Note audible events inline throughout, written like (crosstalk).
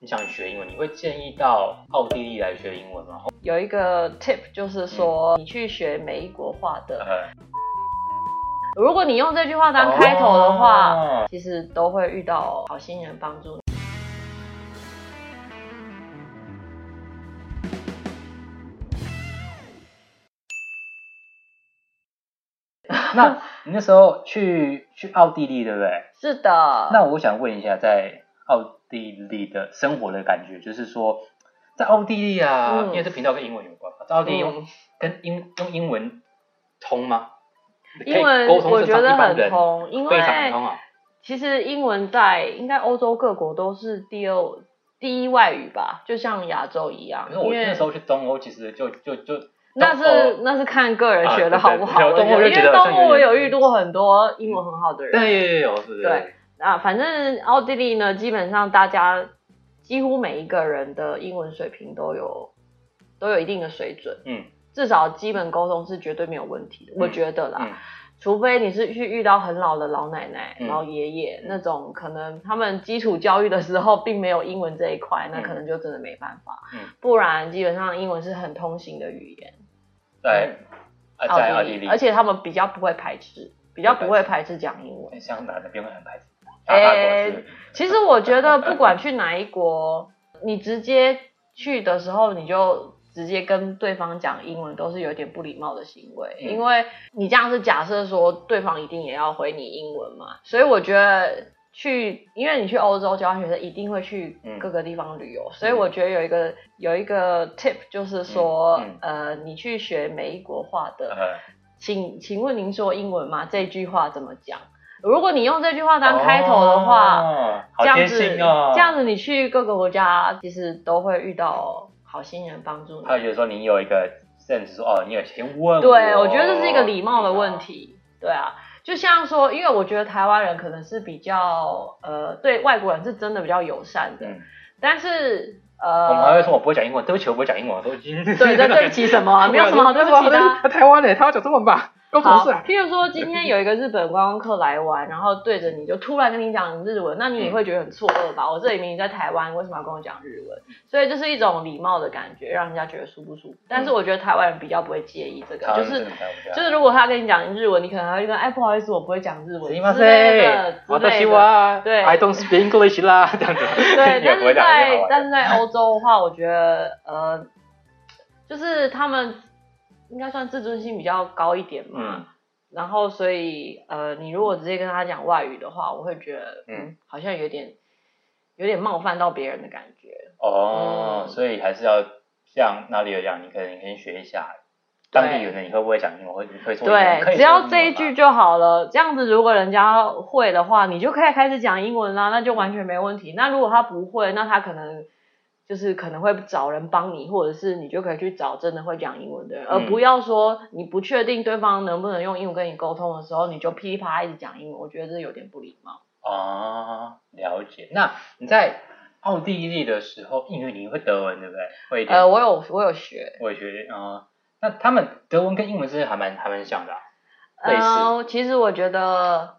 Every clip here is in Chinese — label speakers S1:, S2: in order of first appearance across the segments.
S1: 你想学英文，你会建议到奥地利来学英文吗？
S2: 有一个 tip 就是
S1: 嗯
S2: 说，你去学美国话的。
S1: 呃，
S2: 如果你用这句话当开头的话，
S1: 哦
S2: 其实都会遇到好心人帮助你。
S1: 那你那时候去去奥地利，对不对？
S2: 是的，
S1: 那我想问一下，在奥地利的生活的感觉，就是说，在奥地利啊，
S2: 嗯
S1: 因为这频道跟英文有关嘛，在奥地利用、
S2: 嗯
S1: 跟英用英文通吗？
S2: 英
S1: 可以
S2: 文
S1: 沟通
S2: 我
S1: 正
S2: 觉
S1: 常
S2: 得
S1: 一般
S2: 很
S1: 人
S2: 通，因
S1: 非常
S2: 为
S1: 通啊。
S2: 其实英文在应该欧洲各国都是第二第一外语吧，就像亚洲一样。
S1: 因为
S2: 因
S1: 我那
S2: 为
S1: 时候去东欧，其实就就就
S2: 那
S1: 东欧
S2: 是那是看个人
S1: 啊
S2: 学
S1: 对
S2: 的好
S1: 对
S2: 不
S1: 对
S2: 好，
S1: 有
S2: 我
S1: 动
S2: 觉
S1: 物
S2: 得
S1: 就
S2: 因
S1: 觉
S2: 为
S1: 得好像
S2: 动物
S1: 有
S2: 我
S1: 点
S2: 有遇过很多英文很好的人，
S1: (laughs) 对也有是不是？
S2: 对啊，反正奥地利呢，基本上大家几乎每一个人的英文水平都有都有一定的水准，
S1: 嗯
S2: 至少基本沟通是绝对没有问题的，我觉得啦。
S1: 嗯
S2: 除非你是去遇到很老的老奶奶、
S1: 嗯
S2: 老爷爷那种，可能他们基础教育的时候并没有英文这一块，那
S1: 嗯
S2: 可能就真的没办法。
S1: 嗯
S2: 不然基本上英文是很通行的语言。嗯
S1: 在啊在奥地利，
S2: 而且他们比较不会排斥，比较不会排斥讲英文。
S1: 香港那边会很排斥，大法国
S2: 哎
S1: 是
S2: 其实我觉得不管去哪一国，你直接去的时候，你就直接跟对方讲英文，都是有点不礼貌的行为，
S1: 嗯
S2: 因为你这样是假设说对方一定也要回你英文嘛，所以我觉得。去，因为你去欧洲交换学生，一定会去
S1: 嗯
S2: 各个地方旅游，所以我觉得有一个有一个 tip 就是说，
S1: 嗯
S2: 呃，你去学美国话的，
S1: 呃
S2: 请请问您说英文吗？这句话怎么讲？如果你用这句话当开头的话，
S1: 哦
S2: 这
S1: 好贴
S2: 样子、
S1: 心哦，
S2: 这样子你去各个国家，其实都会遇到好心人帮助你
S1: 他。会觉得说你有一个 sense 说哦，你有先问
S2: 对，
S1: 我
S2: 我觉得这是一个礼貌的问。题。对啊，就像说，因为我觉得台湾人可能是比较呃，对外国人是真的比较友善的，
S1: 嗯，
S2: 但是
S1: 我们还
S2: 呃，
S1: 会说我不会讲英文，对不起，我不会讲英文，我都已经 (laughs)
S2: 对对对不起什么啊，没有什么好对不起的啊。
S3: 台湾的，他要讲中文吧，关我什么
S2: 好
S3: 事啊，？
S2: 譬如说今天有一个日本观光客来玩，然后对着你就突然跟你讲日文，那你也会觉得很错愕
S3: (laughs)
S2: 吧？我这里明明在台湾，为什么要跟我讲日文？所以这是一种礼貌的感觉，让人家觉得舒不舒服。但是
S3: 嗯
S2: 我觉得台湾人比较不会介意这个，
S1: 好
S2: 就是
S1: 真的不太我们家
S2: 就是如果他跟你讲日文，你可能还会跟哎不好意思，我不会讲日文
S3: すいま
S2: 之类的
S3: せん，
S2: 之
S3: 我的
S2: 类
S3: 希
S2: 的。
S3: 望
S2: 对
S3: ，I don't speak English 啦，这样子。
S1: (laughs)
S2: 对，
S1: 也
S2: 但
S1: 不会讲
S2: 是
S1: 也好
S2: 在
S1: 玩
S2: 但是在欧洲的话，我觉得呃，就是他们应该算自尊心比较高一点嘛。
S1: 嗯
S2: 然后，所以呃，你如果直接跟他讲外语的话，我会觉得，
S1: 嗯
S2: 嗯，好像有点有点冒犯到别人的感觉。
S1: 哦，
S2: 嗯
S1: 所以还是要像哪里有讲，你可能你可以学一下当地人的，你会不会讲英文，会会说英文可以说
S2: 对，只要
S1: 英文
S2: 这一
S1: 吧
S2: 句就好了。这样子，如果人家会的话，你就可以开始讲英文啦，那就完全没问题。那如果他不会，那他可能就是可能会找人帮你，或者是你就可以去找真的会讲英文的人，而
S1: 嗯
S2: 不要说你不确定对方能不能用英文跟你沟通的时候，你就噼里啪啦一直讲英文，我觉得这有点不礼貌。
S1: 哦，了解。那你在奥地利的时候，因为你会德文对不对？会一点，
S2: 呃，我有我有学，
S1: 我也学啊、呃那他们德文跟英文是还蛮还蛮像的啊、类似
S2: 呃，其实我觉得，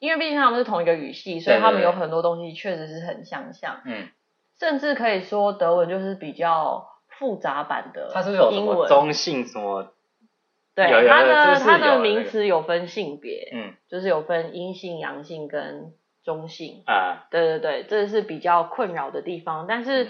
S2: 因为毕竟他们是同一个语系，所以
S1: 对对
S2: 他们
S1: 对
S2: 有很多东西确实是很相像，
S1: 嗯，
S2: 甚至可以说德文就是比较复杂版的
S1: 它是不是有什
S2: 英
S1: 么
S2: 文。
S1: 中性什么？
S2: 对
S1: 有有
S2: 它
S1: 有
S2: 的
S1: 是不是
S2: 它
S1: 有
S2: 的
S1: 那
S2: 名
S1: 个
S2: 词有分性别，
S1: 嗯
S2: 就是有分阴性、阳性跟中性。
S1: 啊、
S2: 对对对，这是比较困扰的地方。但是，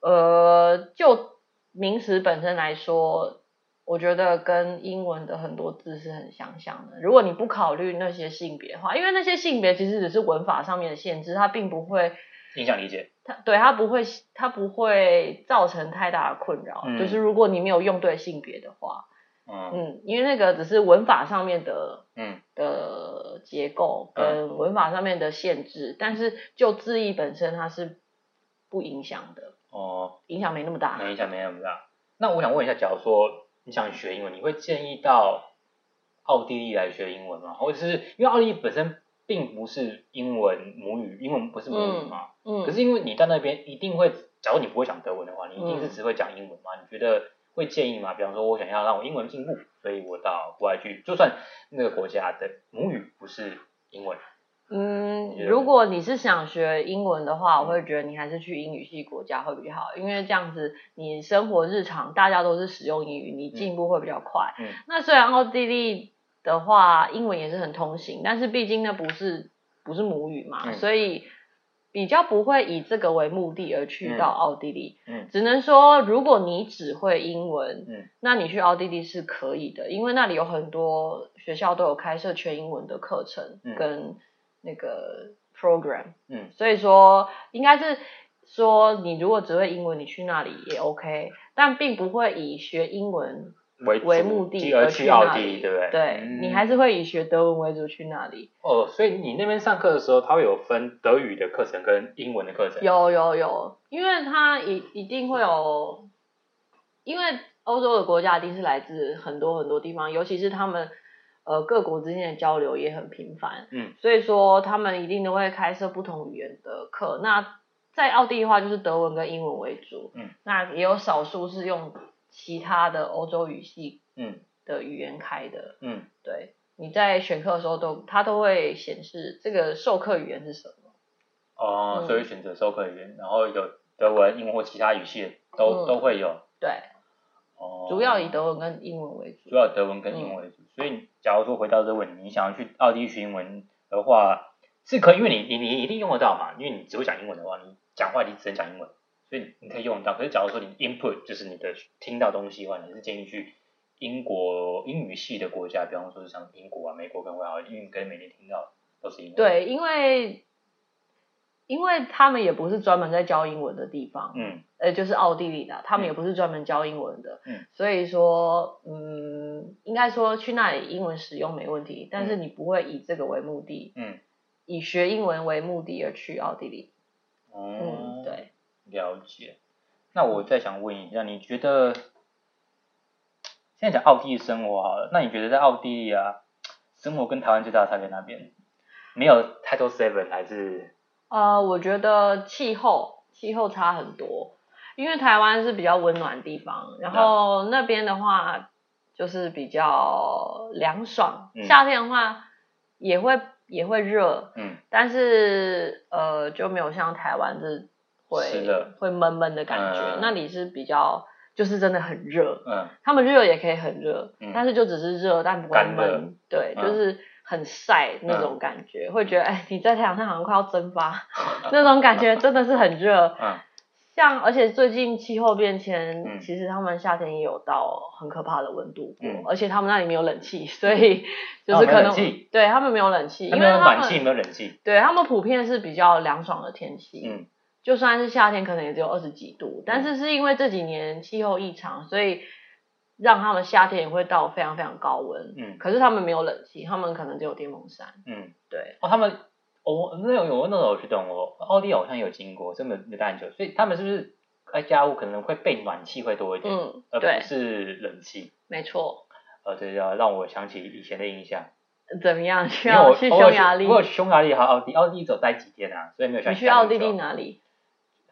S2: 呃，就名词本身来说，我觉得跟英文的很多字是很相像的。如果你不考虑那些性别的话，因为那些性别其实只是文法上面的限制，它并不会，
S1: 影响理解。
S2: 它对它不会，它不会造成太大的困扰。
S1: 嗯
S2: 就是如果你没有用对性别的话，
S1: 嗯
S2: 嗯，因为那个只是文法上面的
S1: 嗯
S2: 的结构跟文法上面的限制，但是就字义本身它是不影响的，
S1: 哦，
S2: 影响没那么大。
S1: 没影响没那么大。那我想问一下，假如说你想学英文，你会建议到奥地利来学英文吗？或者是因为奥地利本身并不是英文母语，英文不是母语嘛？可
S2: 嗯，
S1: 是因为你在那边一定会，假如你不会讲德文的话，你一定
S2: 嗯
S1: 是只会讲英文嘛？你觉得会建议吗？比方说，我想要让我英文进步，所以我到国外去，就算那个国家的母语不是英文，
S2: 嗯，
S1: Yeah.
S2: 如果你是想学英文的话，我会觉得你还是去英语系国家会比较好，因为这样子你生活日常大家都是使用英语，你进步会比较快。
S1: 嗯
S2: 那虽然奥地利的话英文也是很通行，但是毕竟那不是不是母语嘛，
S1: 嗯
S2: 所以比较不会以这个为目的而去
S1: 嗯
S2: 到奥地利。
S1: 嗯
S2: 只能说，如果你只会英文，
S1: 嗯，
S2: 那你去奥地利是可以的，因为那里有很多学校都有开设全英文的课程
S1: 嗯
S2: 跟那个 program，
S1: 嗯，
S2: 所以说应该是说你如果只会英文，你去那里也 OK，但并不会以学英文
S1: 为主
S2: 为目的
S1: 而
S2: 去
S1: 去
S2: 那
S1: 奥
S2: 里
S1: 地利，对不对？
S2: 对、你还
S1: 嗯
S2: 是会以学德文为主去那里。
S1: 哦，所以你那边上课的时候，它会有分德语的课程跟英文的课程。
S2: 有有有，因为它一一定会有，因为欧洲的国家一定是来自很多很多地方，尤其是他们呃各国之间的交流也很频繁，
S1: 嗯，
S2: 所以说他们一定都会开设不同语言的课。那在奥地利的话，就是德文跟英文为主，
S1: 嗯，
S2: 那也有少数是用其他的欧洲语系
S1: 嗯
S2: 的语言开的，
S1: 嗯，
S2: 对。你在选课的时候都，它都会显示这个授课语言是什么。
S1: 哦，
S2: 嗯
S1: 所以选择授课语言，然后有德文、英文或其他语系都、
S2: 嗯
S1: 都会有。
S2: 对，
S1: 哦，
S2: 主要以德文跟英文为主。
S1: 主要德文跟
S2: 嗯
S1: 英文为主。所以，假如说回到这个问题，你想要去奥地利学英文的话，是可以，因为你你你一定用得到嘛，因为你只会讲英文的话，你讲话你只能讲英文，所以你可以用得到。可是，假如说你 input 就是你的听到东西的话，你是建议去英国英语系的国家，比方说是像英国啊、美国可能会好，因为你可能每天听到都是英文。，
S2: 对，因为因为他们也不是专门在教英文的地方，
S1: 嗯
S2: 呃，就是奥地利的，他们
S1: 嗯
S2: 也不是专门教英文的，
S1: 嗯，
S2: 所以说，嗯，应该说去那里英文使用没问题，但是你不会以这个为目的，
S1: 嗯，
S2: 以学英文为目的而去奥地利，
S1: 哦、
S2: 嗯，，对，
S1: 了解。那我再想问一下，你觉得现在讲奥地利生活好了，那你觉得在奥地利啊，生活跟台湾最大的差别在哪边？没有太多 seven 还是
S2: 呃，我觉得气候气候差很多，因为台湾是比较温暖的地方，
S1: 啊
S2: 然后那边的话就是比较凉爽，
S1: 嗯
S2: 夏天的话也会也会热，
S1: 嗯
S2: 但是呃就没有像台湾这
S1: 是
S2: 会
S1: 的
S2: 会闷闷的感觉，
S1: 嗯
S2: 那里是比较就是真的很热，
S1: 嗯
S2: 他们热也可以很热，
S1: 嗯
S2: 但是就只是热，但不会
S1: 干热
S2: 闷，对，
S1: 嗯
S2: 就是很晒那种感觉，会觉得哎你在太阳上好像快要
S1: (laughs)
S2: 蒸发，那种感觉真的是很热。
S1: 嗯
S2: 像而且最近气候变迁，
S1: 嗯
S2: 其实他们夏天也有到很可怕的温度过，
S1: 嗯
S2: 而且他们那里没有冷气，所以
S1: 嗯
S2: 就是可能、
S1: 哦没有冷气
S2: 对他们没有冷气，
S1: 它
S2: 因
S1: 没
S2: 为
S1: 有
S2: 他
S1: 暖气，
S2: 们
S1: 没有冷气，
S2: 对他们普遍是比较凉爽的天气，
S1: 嗯
S2: 就算是夏天，可能也只有二十几度，但是是因为这几年气候异常，所以让他们夏天也会到非常非常高温。
S1: 嗯
S2: 可是他们没有冷气，他们可能只有电风扇。
S1: 嗯。
S2: 对，
S1: 哦，他们哦，那有有那种我去懂哦，奥地利好像有经过，真的没待很久，所以他们是不是在家务可能会备暖气会多一点，
S2: 嗯，
S1: 而
S2: 对
S1: 不，是冷气？
S2: 没错。
S1: 呃，这要让我想起以前的印象。
S2: 怎么样？需
S1: 因为我
S2: 要去
S1: 我有
S2: 匈牙利
S1: 我？有匈牙利和奥地利，奥地利只有待几天啊，所以没有想
S2: 你去奥地利
S1: 呢？
S2: 哪里？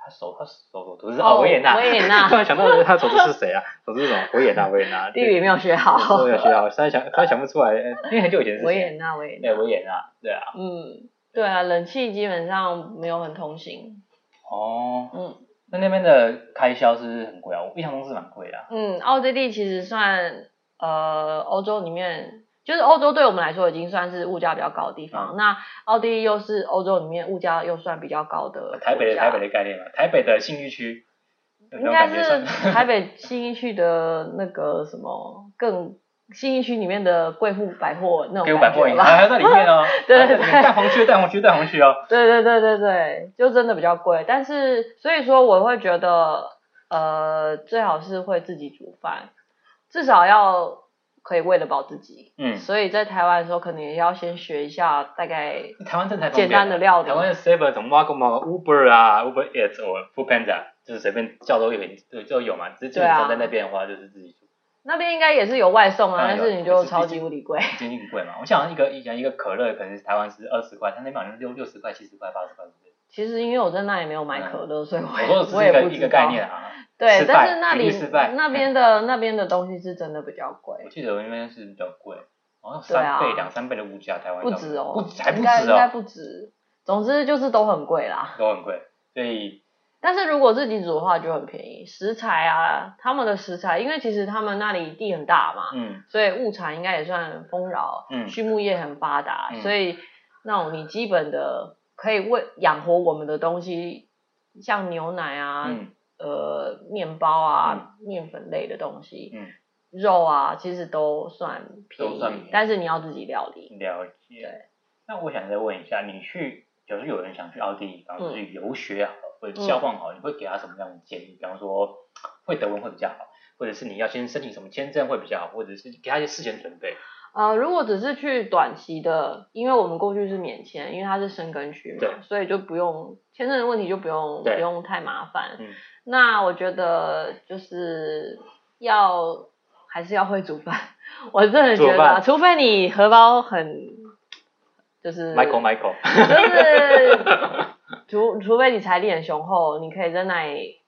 S1: 他首他首首都是哦维也纳，
S2: 维也
S3: 突
S1: (laughs)
S2: 纳，
S3: 然想到他走的是谁啊？走的是什么？维也纳，维也纳。
S2: (laughs) 地理没有学好
S3: 没。有学好，现在想，突然想不出来。哎
S1: 呃因为很久以
S2: (laughs)
S1: 前是
S2: 维也纳，维也
S1: 对
S2: 纳。
S1: 维也纳，对啊，
S2: 嗯，对啊，冷气基本上没有很通行。
S1: 哦，
S2: 嗯。
S1: 那那边的开销是不是很贵啊？我印象中是蛮贵的啊、
S2: 嗯，奥地利其实算呃欧洲里面，就是欧洲对我们来说已经算是物价比较高的地
S1: 嗯
S2: 方。那奥地利又是欧洲里面物价又算比较高的
S1: 台北的
S2: 国
S1: 台
S2: 家
S1: 北的概念嘛，台北的信义区，有没
S2: 应
S1: 有
S2: 该
S1: 感觉
S2: 是
S1: 上
S2: 台北新一区的那个什么更新一区里面的贵妇百货那
S1: (laughs) 给
S2: 种
S1: 我百
S2: 感
S1: 货
S2: 觉
S1: 银
S2: 吧，
S1: 行，。还在里面哦
S2: (laughs) 对对对
S1: 还在里面蛋黄区蛋黄区蛋黄区哦，
S2: 对对对对对，就真的比较贵。但是所以说，我会觉得，呃，最好是会自己煮饭，至少要可以喂得饱自己。
S1: 嗯，
S2: 所以在台湾的时候，可能也要先学一下大概
S1: 台湾真的太方便
S2: 简
S1: 了
S2: 单的料理
S1: 台。湾的 Seven 怎么挖个嘛 Uber 啊，Uber Eats or Food Panda，就是随便叫都有对就有嘛，只是基
S2: 对
S1: 本
S2: 啊
S1: 上在那边的话就是自己煮，
S2: 那边应该也是有外送啊，
S1: 当然
S2: 但
S1: 有
S2: 是你就超级无敌贵。 (laughs)
S1: 接近贵嘛。我想一个以前一个可乐可能是台湾是二十块，他那边好像六六十块、七十块、八十块之类的。
S2: 其实因为我在那里没有买可乐，所以我
S1: 嗯我
S2: 也
S1: 说的只是一个
S2: 哎我也不
S1: 一
S2: 知
S1: 个
S2: 道。
S1: 概念啊，
S2: 对
S1: 失，败
S2: 但是那
S1: 比
S2: 里
S1: 例失败
S2: 那边的那边的东西是真的比较贵
S1: 我。记得我那边是比较贵，好像
S2: 对
S1: 三
S2: 啊
S1: 倍、两三倍的物价，台湾
S2: 不
S1: 差多
S2: 止哦，
S1: 嗯不止还不
S2: 应该
S1: 止
S2: 应该
S1: 哦，
S2: 不止。总之就是都很贵啦，
S1: 都很贵，所以
S2: 但是如果自己煮的话就很便宜。食材啊，他们的食材，因为其实他们那里地很大嘛，
S1: 嗯
S2: 所以物产应该也算丰饶，
S1: 嗯
S2: 畜牧业很发达，
S1: 嗯
S2: 所以那种你基本的可以为养活我们的东西，像牛奶啊、
S1: 嗯
S2: 呃面包啊、面粉类的东西，
S1: 嗯
S2: 肉啊，其实都算便
S1: 都
S2: 宜，
S1: 算便宜
S2: 但是你要自己料理。
S1: 了解。那我想再问一下，你去，假如有人想去奥地利，然
S2: 嗯
S1: 后去游学好了，或者交换好了，你会给他什么样的建议？比方说会德文会比较好，或者是你要先申请什么签证会比较好，或者是给他一些事前准备。
S2: 呃，如果只是去短期的，因为我们过去是免签，因为它是申根区
S1: 对
S2: 嘛，所以就不用签证的问题就不用不
S1: 对
S2: 用太麻烦。
S1: 嗯
S2: 那我觉得就是要还是要会煮饭， (laughs) 我真的觉
S3: 煮
S2: 得啊，
S3: 饭
S2: 除非你荷包很就是
S3: ，Michael
S1: (laughs)
S3: Michael，
S2: 就是除除非你财力很雄厚，你可以在那里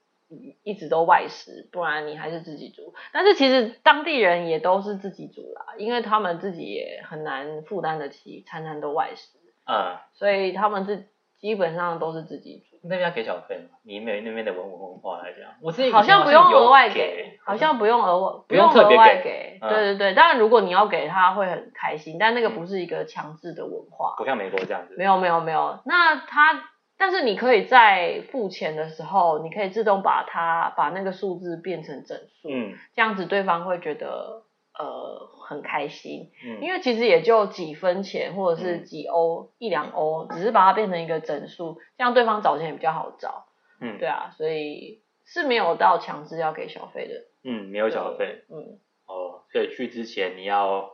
S2: 一直都外食，不然你还是自己煮。但是其实当地人也都是自己煮啦，因为他们自己也很难负担得起餐餐都外食，
S1: 呃，
S2: 所以他们自基本上都是自己煮。
S1: 那边要给小费吗？你们那边的文文化来讲，我自己以前
S2: 好像不用
S1: 有
S2: 额外
S1: 给嗯
S2: 给，，好像不用额外
S1: 不用特
S2: 额
S1: 别
S2: 外
S1: 给
S2: 给，
S1: 嗯
S2: 对对对。当然，如果你要给他会很开心，但那个不是一个强制的文化。
S1: 不像美国这样子。
S2: 没有没有没有，那它，但是你可以在付钱的时候，你可以自动把它把那个数字变成整数，
S1: 嗯
S2: 这样子对方会觉得呃很开心，
S1: 嗯
S2: 因为其实也就几分钱或者是几欧、一两欧，只是把它变成一个整数，这样对方找钱也比较好找，
S1: 嗯
S2: 对啊，所以是没有到强制要给小费的，
S1: 嗯，没有小费
S2: 嗯，
S1: 哦，所以去之前你要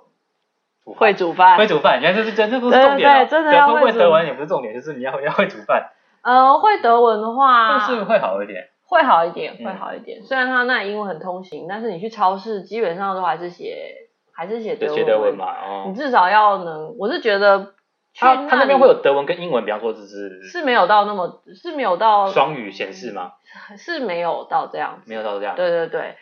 S1: 煮饭
S2: 会煮 (laughs) 饭
S1: 会煮饭，原来这是这这不是重点啊、
S2: 对对真的要
S1: 会
S2: 会
S1: 不会
S2: 煮
S1: 德文也不是重点，就是你要 (laughs) 要会煮饭，
S2: 呃，会德文的话，
S1: 但是会好一点。
S2: 会好一点，
S1: 嗯
S2: 会好一点。虽然他那英文很通行，但是你去超市基本上都还是写还是写德
S1: 就
S2: 文。
S1: 学德文。嘛，
S2: 你
S1: 哦，
S2: 至少要能，我是觉得去
S1: 他他
S2: 那
S1: 那
S2: 里
S1: 边会有德文跟英文，比方说只是
S2: 是没有到那么是没有到
S1: 双语显示吗？
S2: 是没有到这样子。
S1: 没有到这样。
S2: 对对对，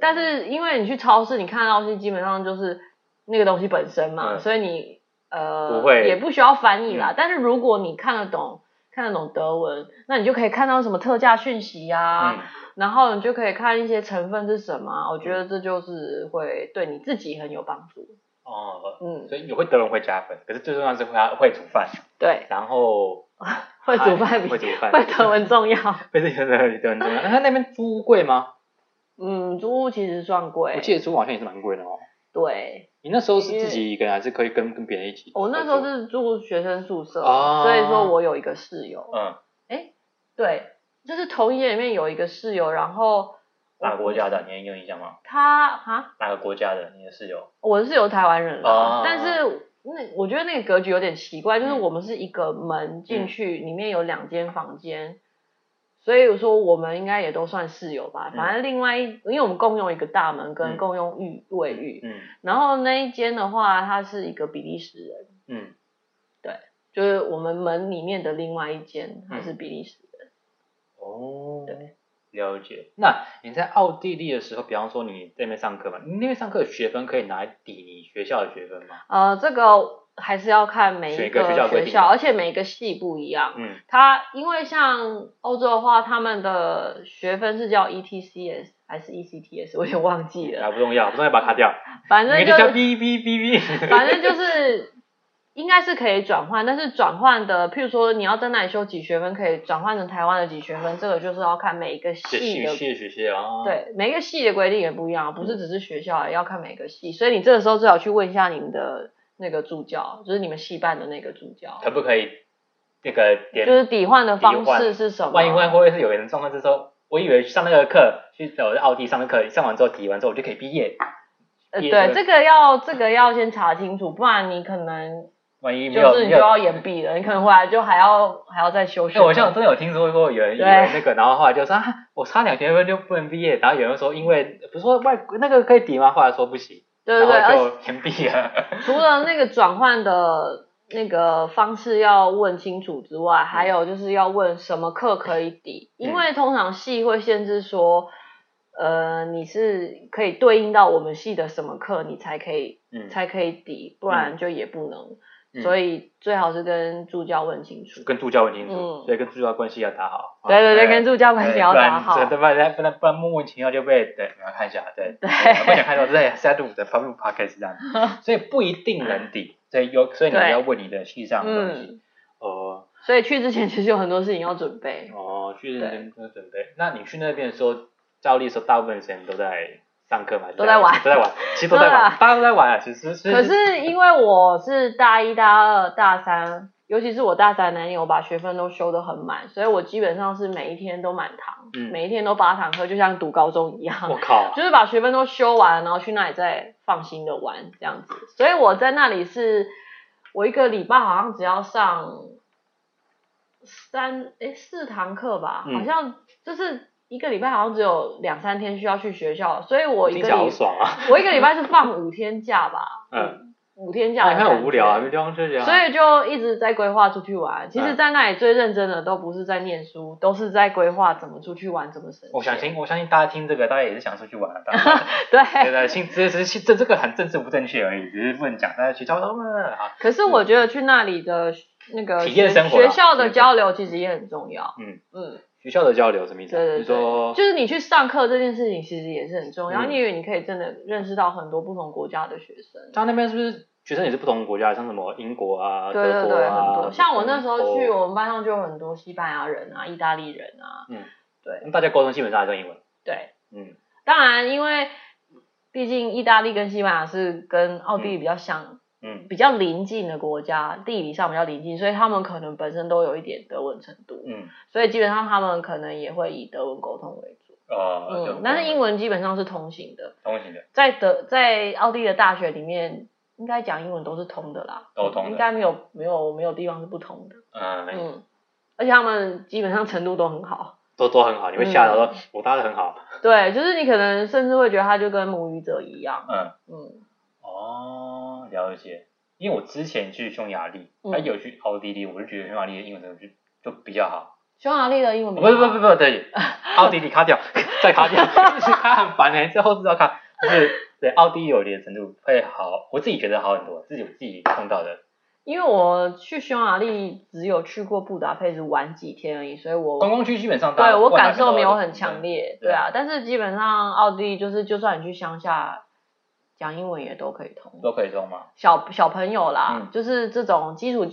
S2: 但是因为你去超市，你看到的东西基本上就是那个东西本身嘛，
S1: 嗯
S2: 所以你呃
S1: 不会
S2: 也不需要翻译啦。
S1: 嗯
S2: 但是如果你看得懂看得懂德文，那你就可以看到什么特价讯息呀、啊。
S1: 嗯
S2: 然后你就可以看一些成分是什么啊，我觉得这就是会对你自己很有帮助。
S1: 哦，
S2: 嗯，
S1: 所以有会德文会加分，可是最重要的是会他会煮饭，
S2: 对，
S1: 然后
S3: 哎
S2: 会煮饭比
S1: 会煮饭，
S2: (laughs) 会德文重要。
S1: 会这个德文重要。那他那边租贵吗？
S2: 嗯，租屋其实算
S3: 我
S2: 贵，
S3: 记得租好像也是蛮贵的哦。
S2: 对
S3: 你那时候是自己一个人，还是可以跟跟别人一起合作？
S2: 我那时候是住学生宿舍，
S3: 哦
S2: 所以说我有一个室友，
S1: 嗯，
S2: 对，就是同一间里面有一个室友，然后
S1: 哪个国家的？你有印象吗？
S2: 他啊，
S1: 哪个国家的？你的室友？
S2: 我是有台湾人啦
S1: 哦
S2: 但是。那我觉得那个格局有点奇怪，就是
S1: 嗯
S2: 我们是一个门进去，里面有两间房间，所以我说我们应该也都算室友吧。
S1: 嗯
S2: 反正另外一，因为我们共用一个大门
S1: 嗯
S2: 跟共用浴卫浴，
S1: 嗯
S2: 然后那一间的话，他是一个比利时人，
S1: 嗯，
S2: 就是我们门里面的另外一间，
S1: 嗯
S2: 他是比利时人。
S1: 哦
S2: 对，
S1: 了解。那你在奥地利的时候，比方说你在那边上课嘛，你那边上课的学分可以拿来抵你学校的学分吗？
S2: 呃，这个还是要看每
S1: 选一
S2: 一
S1: 个学校的规
S2: 学
S1: 定
S2: 校，而且每一个系不一样。
S1: 嗯
S2: 它因为像欧洲的话，他们的学分是叫 E ETCS 还是 E ECTS，我有点忘记了。
S1: 啊，不重要，不重要，把它卡掉。
S2: 反正
S1: 每
S2: 就
S1: 个叫
S2: 是
S1: 哔哔哔哔。
S2: 反正就是应该是可以转换，但是转换的，譬如说你要在那里修几学分，可以转换成台湾的几学分，这个就是要看每一个
S1: 学
S2: 系
S1: 系
S2: 的。
S1: 系学系啊。。
S2: 对，每一个系的规定也不一样，不是只是学校，也啊要看每个系。所以你这个时候最好去问一下你们的那个助教，就是你们系办的那个助教，
S1: 可不可以那个
S2: 就
S1: 点？
S2: 是抵换的方
S1: 抵换
S2: 式是什么？
S1: 万一万一会不会是有人状况就是说，我以为上那个课去我在奥地利上的课，上完之后抵完之后我就可以毕业，
S2: 呃，
S1: 也
S2: 对，这个要这个要先查清楚，不然你可能
S1: 万一没有
S2: 就是你
S1: 没
S2: 就
S1: 有
S2: 要延毕了，你可能回来就还要还要再修学
S1: 哎、
S2: 分。
S1: 我好像真的有听说过有人以
S2: 对
S1: 为那个，然后后来就说啊，我差两学分就不能毕业，然后有人说因为不是说外国那个可以抵吗？后来说不行，
S2: 对对对，
S1: 然
S2: 而且
S1: 后就先毕业
S2: (laughs)
S1: 了。
S2: 除了那个转换的那个方式要问清楚之外，
S1: 嗯
S2: 还有就是要问什么课可以抵，因为通常系会限制说，呃，你是可以对应到我们系的什么课，你才可以
S1: 嗯，
S2: 才可以抵，不然就也不能。
S1: 嗯
S2: 所以最好是跟助教问清楚。
S1: 跟助教很清楚，
S2: 嗯
S1: 所以跟助教关系要打好。
S2: 对对对，
S1: 啊
S2: 跟助教关系要打好。
S1: 对，不然不然不然莫名其妙就被对，你要看一下，对，
S2: 对
S1: 不想看到对，在录的发布 podcast 这样，
S2: (laughs)
S1: 所以不一定能抵，所以有，所以你
S2: 对
S1: 要问你的系上的东西，
S2: 嗯，
S1: 呃，
S2: 所以去之前其实有很多事情要准备。
S1: 哦，去认真做准备。那你去那边的时候，照例说大部分时间都在上课嘛，
S2: 都在玩
S1: 都在玩，其实都在
S2: 对
S1: 玩
S2: 啊，
S1: 大家都在玩啊，其实
S2: 可是因为我是大一、大二、大三，尤其是我大三那年，我把学分都修得很满，所以我基本上是每一天都满堂，
S1: 嗯
S2: 每一天都八堂课，就像读高中一样。
S1: 我靠，
S2: 就是把学分都修完，然后去那里再放心的玩这样子。所以我在那里是，我一个礼拜好像只要上三哎四堂课吧，
S1: 嗯
S2: 好像就是一个礼拜好像只有两三天需要去学校，所以我一
S1: 听
S2: 个
S1: 起来好
S2: 礼
S1: 爽啊，
S2: 我一个礼拜是放五天假吧，
S1: 嗯，
S2: 五天假
S1: 那
S2: 的
S1: 你
S2: 感觉，
S1: 看好无聊啊，没地方去啊，
S2: 所以就一直在规划出去玩。其实，
S1: 嗯
S2: 在那里最认真的都不是在念书，都是在规划怎么出去玩，怎么省钱。
S1: 我相信，我相信大家听这个，大家也是想出去玩啊，当然。
S2: (laughs) 对，
S1: 对对，性这这这这个很政治不正确而已，只是不能讲。但是学校都啊，
S2: 可是我觉得去那里的那个
S1: 体验
S2: 学
S1: 生活啦
S2: 学校的交流其实也很重要。
S1: 嗯
S2: 嗯，
S3: 学校的交流什么意思啊？
S2: 对
S3: 就
S2: 对
S3: 是说
S2: 对，就是你去上课这件事情其实也是很重要，
S1: 嗯
S2: 因为你可以真的认识到很多不同国家的学生。
S3: 他那边是不是学生也是不同国家，像什么英国啊、
S2: 对对
S3: 德国
S2: 对，
S3: 啊
S2: 很多。像我那时候去，
S3: 美国
S2: 我们班上就有很多西班牙人啊、意大利人啊。
S1: 嗯，
S2: 对
S1: 大家沟通基本上还是用英文。
S2: 对，
S1: 嗯，
S2: 当然因为毕竟意大利跟西班牙是跟奥地利比较像，
S1: 嗯
S2: 比较邻近的国家，地理上比较邻近，所以他们可能本身都有一点德文程度。
S1: 嗯，
S2: 所以基本上他们可能也会以德文沟通为主。
S1: 呃，就
S2: 嗯，但是英文基本上是通行的，
S1: 通行的，
S2: 在德在奥地利的大学里面，应该讲英文都是通的啦，
S1: 都通的
S2: 应该没有没有没有地方是不通的。
S1: 嗯，
S2: 嗯，而且他们基本上程度都很好，
S3: 都都很好，你会吓到
S2: 嗯
S3: 说，我搭的很好。
S2: 对，就是你可能甚至会觉得他就跟母语者一样。
S1: 嗯，
S2: 嗯，
S1: 哦，了解。因为我之前去匈牙利，
S2: 嗯
S1: 还有去奥地利，我就觉得匈牙利的英文程度就就比较好。
S2: 匈牙利的英文
S1: 不
S2: 比较
S1: 不
S2: 好
S1: 不不，
S2: (laughs)
S1: 对，奥地利卡掉， (laughs) 再卡掉，就是他很烦哎，最后知道卡，就是对奥地利有的程度会好，我自己觉得好很多，自己我自己碰到的
S2: 因为我去匈牙利只有去过布达佩斯玩几天而已，所以我
S1: 观光区基本上大家
S2: 对
S1: 不
S2: 我
S1: 管哪个
S2: 感受
S1: 都
S2: 没有
S1: 有
S2: 很强烈，
S1: 对
S2: 对啊，但是基本上奥地利就是，就算你去乡下讲英文也都可以通。
S1: 都可以中吗？
S2: 小小朋友啦，
S1: 嗯
S2: 就是这种基础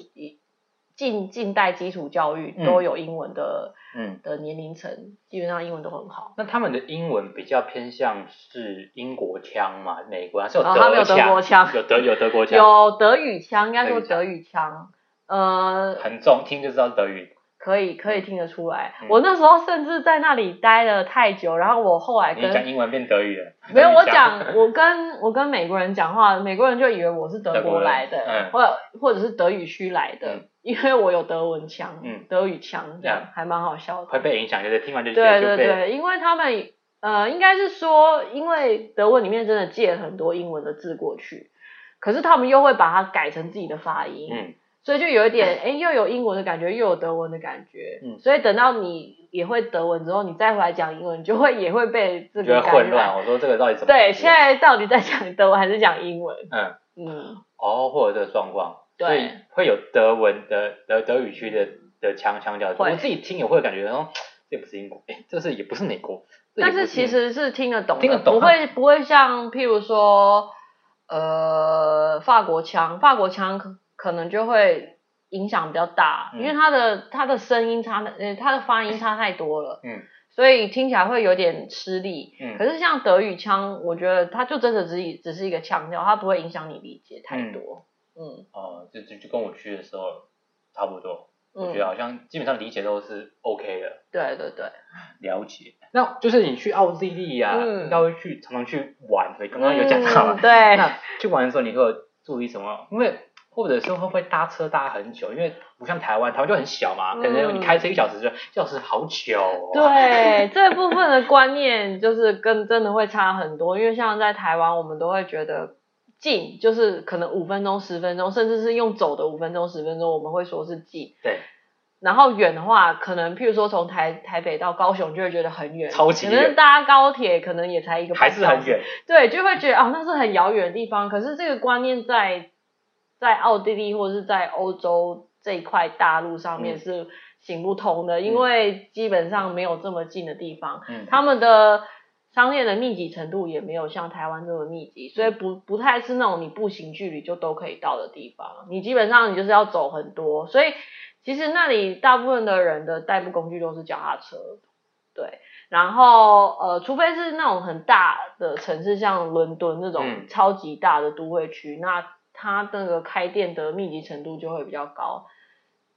S2: 近近代基础教育
S1: 嗯
S2: 都有英文的、
S1: 嗯，
S2: 的年龄层，基本上英文都很好。
S1: 那他们的英文比较偏向是英国腔嘛，美国还是有
S2: 哦他们有德
S1: 国
S2: 国腔
S1: 有德有德国腔，
S2: 有德语腔，应该说
S1: 德
S2: 德语腔，呃，
S1: 很重，听就知道是德语。
S2: 可以可以听得出来。
S1: 嗯
S2: 我那时候甚至在那里待了太久，然后我后来
S1: 你
S2: 哎跟
S1: 讲英文变德语了，
S2: (laughs) 没有，
S1: 德
S2: 我
S1: 语腔
S2: 讲，我跟我跟美国人讲话，美国人就以为我是德
S1: 德国
S2: 国
S1: 人
S2: 来的，
S1: 嗯
S2: 或者或者是德语区来的，
S1: 嗯
S2: 因为我有德文腔，
S1: 嗯
S2: 德语腔
S1: 嗯
S2: 这样还蛮好笑的。
S1: 会被影响，就是听完就觉
S2: 对
S1: 得
S2: 对
S1: 就被
S2: 对，因为他们呃，应该是说，因为德文里面真的借很多英文的字过去，可是他们又会把它改成自己的发音，
S1: 嗯
S2: 所以就有一点， (laughs) 哎，又有英文的感觉，又有德文的感觉，
S1: 嗯
S2: 所以等到你也会德文之后，你再回来讲英文，你就会也会被这
S1: 觉得
S2: 个
S1: 混
S2: 感染
S1: 乱。。我说这个到底怎么？
S2: 对，现在到底在讲德文还是讲英文？
S1: 嗯
S2: 嗯，
S1: 哦，会有这个状况，
S2: 对
S1: 所以会有德文的德德语区的的腔腔调。
S2: 会
S1: 我自己听也会感觉哦，这不是英国，哎，这是也不是美国，这也
S2: 但
S1: 不
S2: 是其实是听得懂的，
S1: 听得懂嗯
S2: 不会不会像譬如说，呃，法国腔，法国腔可可能就会影响比较大，
S1: 嗯
S2: 因为它的它的声音差，呃，它的发音差太多了，
S1: 嗯，
S2: 所以听起来会有点吃力。
S1: 嗯
S2: 可是像德语腔，我觉得它就真的只是只是一个腔调，它不会影响你理解太多。嗯
S1: 哦，就就就跟我去的时候差不多，我
S2: 嗯
S1: 觉得，好像基本上理解都是 OK 的。
S2: 对对对，
S1: 了解，那就是你去奥地利啊，
S2: 嗯
S1: 应该会去常常去玩，对，刚刚有讲到嘛。 (laughs)
S2: 嗯对，
S1: 那去玩的时候，你会有注意什么？因为或者说会不会搭车搭很久？因为不像台湾，台湾就很小嘛，
S2: 嗯
S1: 可能你开车一小时就一小时好久、哦。， (laughs)
S2: 对这部分的观念，就是跟真的会差很多，因为像在台湾，我们都会觉得近就是可能五分钟、十分钟，甚至是用走的五分钟、十分钟，我们会说是近。
S1: 对
S2: 然后远的话，可能譬如说从台台北到高雄，就会觉得很远，
S1: 超级
S2: 可
S1: 远
S2: 能搭高铁可能也才一个
S1: 还
S2: 半
S1: 是
S2: 小
S1: 很
S2: 时，
S1: 远。
S2: (laughs) 对，就会觉得哦，那是很遥远的地方。可是这个观念在在奥地利或是在欧洲这一块大陆上面
S1: 嗯
S2: 是行不通的，因为基本上没有这么近的地方。
S1: 嗯，
S2: 他们的商业的密集程度也没有像台湾这么密
S1: 嗯
S2: 集，所以不不太是那种你步行距离就都可以到的地方。你基本上你就是要走很多，所以其实那里大部分的人的代步工具都是脚踏车，对。然后呃，除非是那种很大的城市，像伦敦那种
S1: 嗯
S2: 超级大的都会区，那它那个开店的密集程度就会比较高。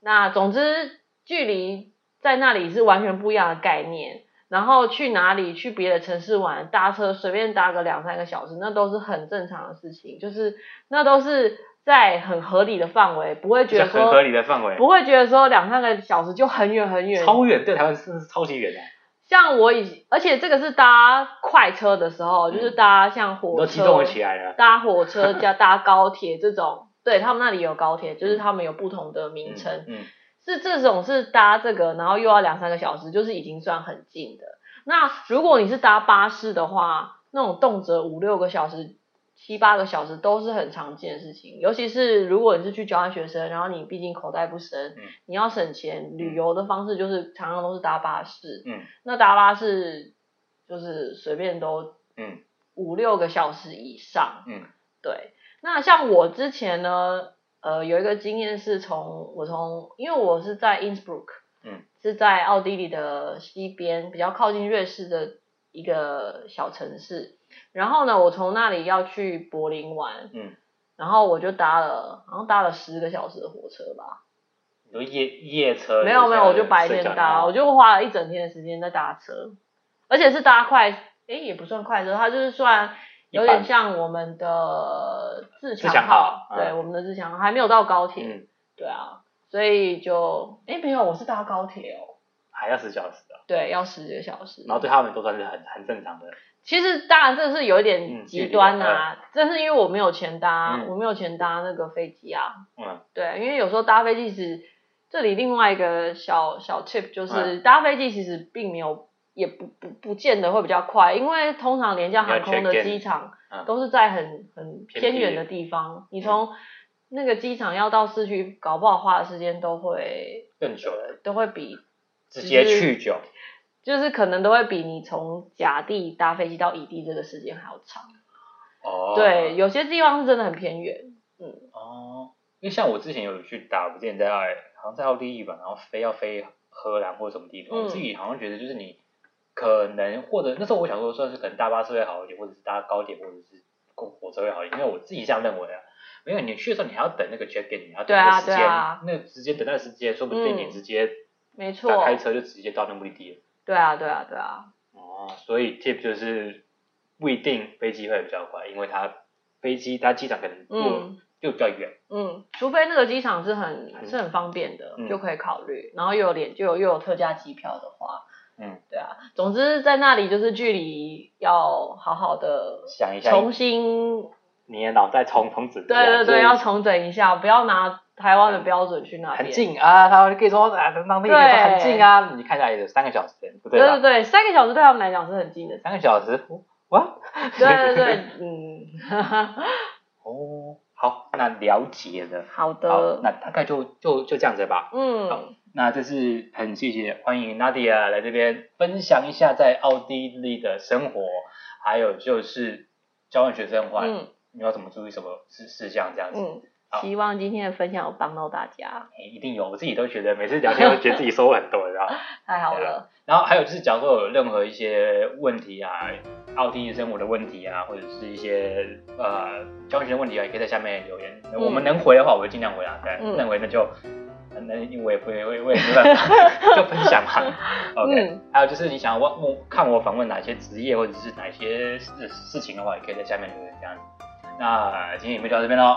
S2: 那总之，距离在那里是完全不一样的概念。然后去哪里去别的城市玩，搭车随便搭个两三个小时，那都是很正常的事情，就是那都是在很合理的范围，不会觉
S1: 在
S2: 得
S1: 很合
S2: 说
S1: 理的范围，
S2: 不会觉得说两三个小时就很远很远。
S1: 超远，对台湾真的是超级远的。
S2: 像我以，而且这个是搭快车的时候，就是搭
S1: 嗯
S2: 像
S1: 你
S2: 火
S1: 都
S2: 车，
S1: 激动起来了。
S2: 搭火车加搭高铁这种，对他们那里有高铁，就是他们有不同的名称。
S1: 嗯，
S2: 是这种是搭这个，然后又要两三个小时，就是已经算很近的。那如果你是搭巴士的话，那种动辄五六个小时、七八个小时都是很常见的事情。尤其是如果你是去交换学生，然后你毕竟口袋不深，
S1: 嗯
S2: 你要省钱，旅游的方式就是常常都是搭巴士。
S1: 嗯，
S2: 那搭巴士就是随便都
S1: 嗯
S2: 五六个小时以上。
S1: 嗯，
S2: 对。那像我之前呢，呃，有一个经验是从我从，因为我是在 Innsbruck，
S1: 嗯，
S2: 是在奥地利的西边，比较靠近瑞士的一个小城市。然后呢，我从那里要去柏林玩，
S1: 嗯，
S2: 然后我就搭了，好像搭了十个小时的火车吧。
S1: 你说夜夜车？
S2: 没有没有，我就白天
S1: 睡觉
S2: 搭，我就花了一整天的时间在搭车，而且是搭快，诶，也不算快车，它就是算有
S1: 一
S2: 点
S1: 般
S2: 像我们的自
S1: 自强
S2: 号
S1: 号，
S2: 对，
S1: 嗯
S2: 我们的自强号还没有到高铁，
S1: 嗯，
S2: 对啊，所以就诶，没有，我是搭高铁哦，
S1: 还要十小时啊。
S2: 对，要十个小时，
S1: 然哦后对他们都算是很很正常的。
S2: 其实当然这是有一点
S1: 嗯
S2: 极端啊，但是因为我没有钱搭，
S1: 嗯
S2: 我没有钱搭那个飞机啊，
S1: 嗯，
S2: 对，因为有时候搭飞机是这里另外一个小小 tip 就是、
S1: 嗯
S2: 搭飞机其实并没有也不不不见得会比较快，因为通常廉价航空
S1: 你要
S2: 的
S1: check in
S2: 机场
S1: 嗯
S2: 都是在很很
S1: 偏僻嗯
S2: 偏远的地方，你从那个机场要到市区，搞不好花的时间都会
S1: 更久，
S2: 呃都会比
S1: 直接去就。
S2: 就是可能都会比你从甲地搭飞机到乙地这个时间还要长。
S1: 哦，
S2: 对，，有些地方是真的很偏远。
S1: 哦，因为像我之前有去打，我之前在爱，好像在奥地利吧，然后飞要飞荷兰或什么地方，
S2: 嗯
S1: 我自己好像觉得就是你可能或者那时候我想说，算是可能搭巴士会好一点，或者是搭高铁或者是公火车会好一点，因为我自己这样认为啊。没有，你去的时候你还要等那个 check in，你还要等
S2: 对啊
S1: 那个时间，那直接等
S2: 对啊
S1: 待时间，说不定
S2: 嗯
S1: 你直接
S2: 没错，
S1: 打开车就直接到那目的地了。
S2: 对啊，对啊，对啊，
S1: 哦，所以 tip 就是不一定飞机会比较快，因为它飞机它机场可能就、
S2: 嗯
S1: 就比较远。
S2: 嗯，除非那个机场是很是很方便的，
S1: 嗯
S2: 就可以考虑。然后又有点就有又有特价机票的话，
S1: 嗯，
S2: 对啊。总之在那里就是距离要好好的
S1: 想一下，
S2: 重新，
S1: 你的脑袋从从此
S2: 对对对，
S1: 就是
S2: 要重整一下，不要拿台湾的标准去那
S1: 嗯很
S2: 边。
S1: 近啊，他们可以说啊，当地人
S2: 对
S1: 说很近啊，你看起来有三个小时，不对
S2: 对对
S1: 吧？
S2: 对，三个小时对他们来讲是很
S1: (laughs)。
S2: 近的
S1: 三个小时，哇，
S2: 对对对，嗯，
S1: (laughs) 哦，好，那了解了，
S2: 好
S1: 好
S2: 的，，
S1: 那大概就就就这样子吧。
S2: 嗯，
S1: 那这是很谢谢欢迎 Nadia 来这边分享一下在奥地利的生活，还有就是交换学生环，
S2: 嗯
S1: 你要怎么注意什么事事项这样子。
S2: 嗯，
S1: 好
S2: 希望今天的分享有帮到大家，
S1: 诶一定有，我自己都觉得每次聊天，我觉得自己收获很多，你知道吗？
S2: (laughs) 太好
S1: 对啊
S2: 了。
S1: 然后还有就是，假如说有任何一些问题啊，奥地利生活的问题啊，或者是一些呃交换学生问题啊，也可以在下面留言。
S2: 嗯
S1: 我们能回的话，我会尽量回啊。对，
S2: 嗯
S1: 认为那就那我也不会，我也我也没办
S2: (laughs)
S1: 法，就分享嘛。OK，、
S2: 嗯
S1: 还有就是你想要问问看我访问哪些职业或者是哪些事事情的话，也可以在下面留言这样子。那今天影片就到这边喽，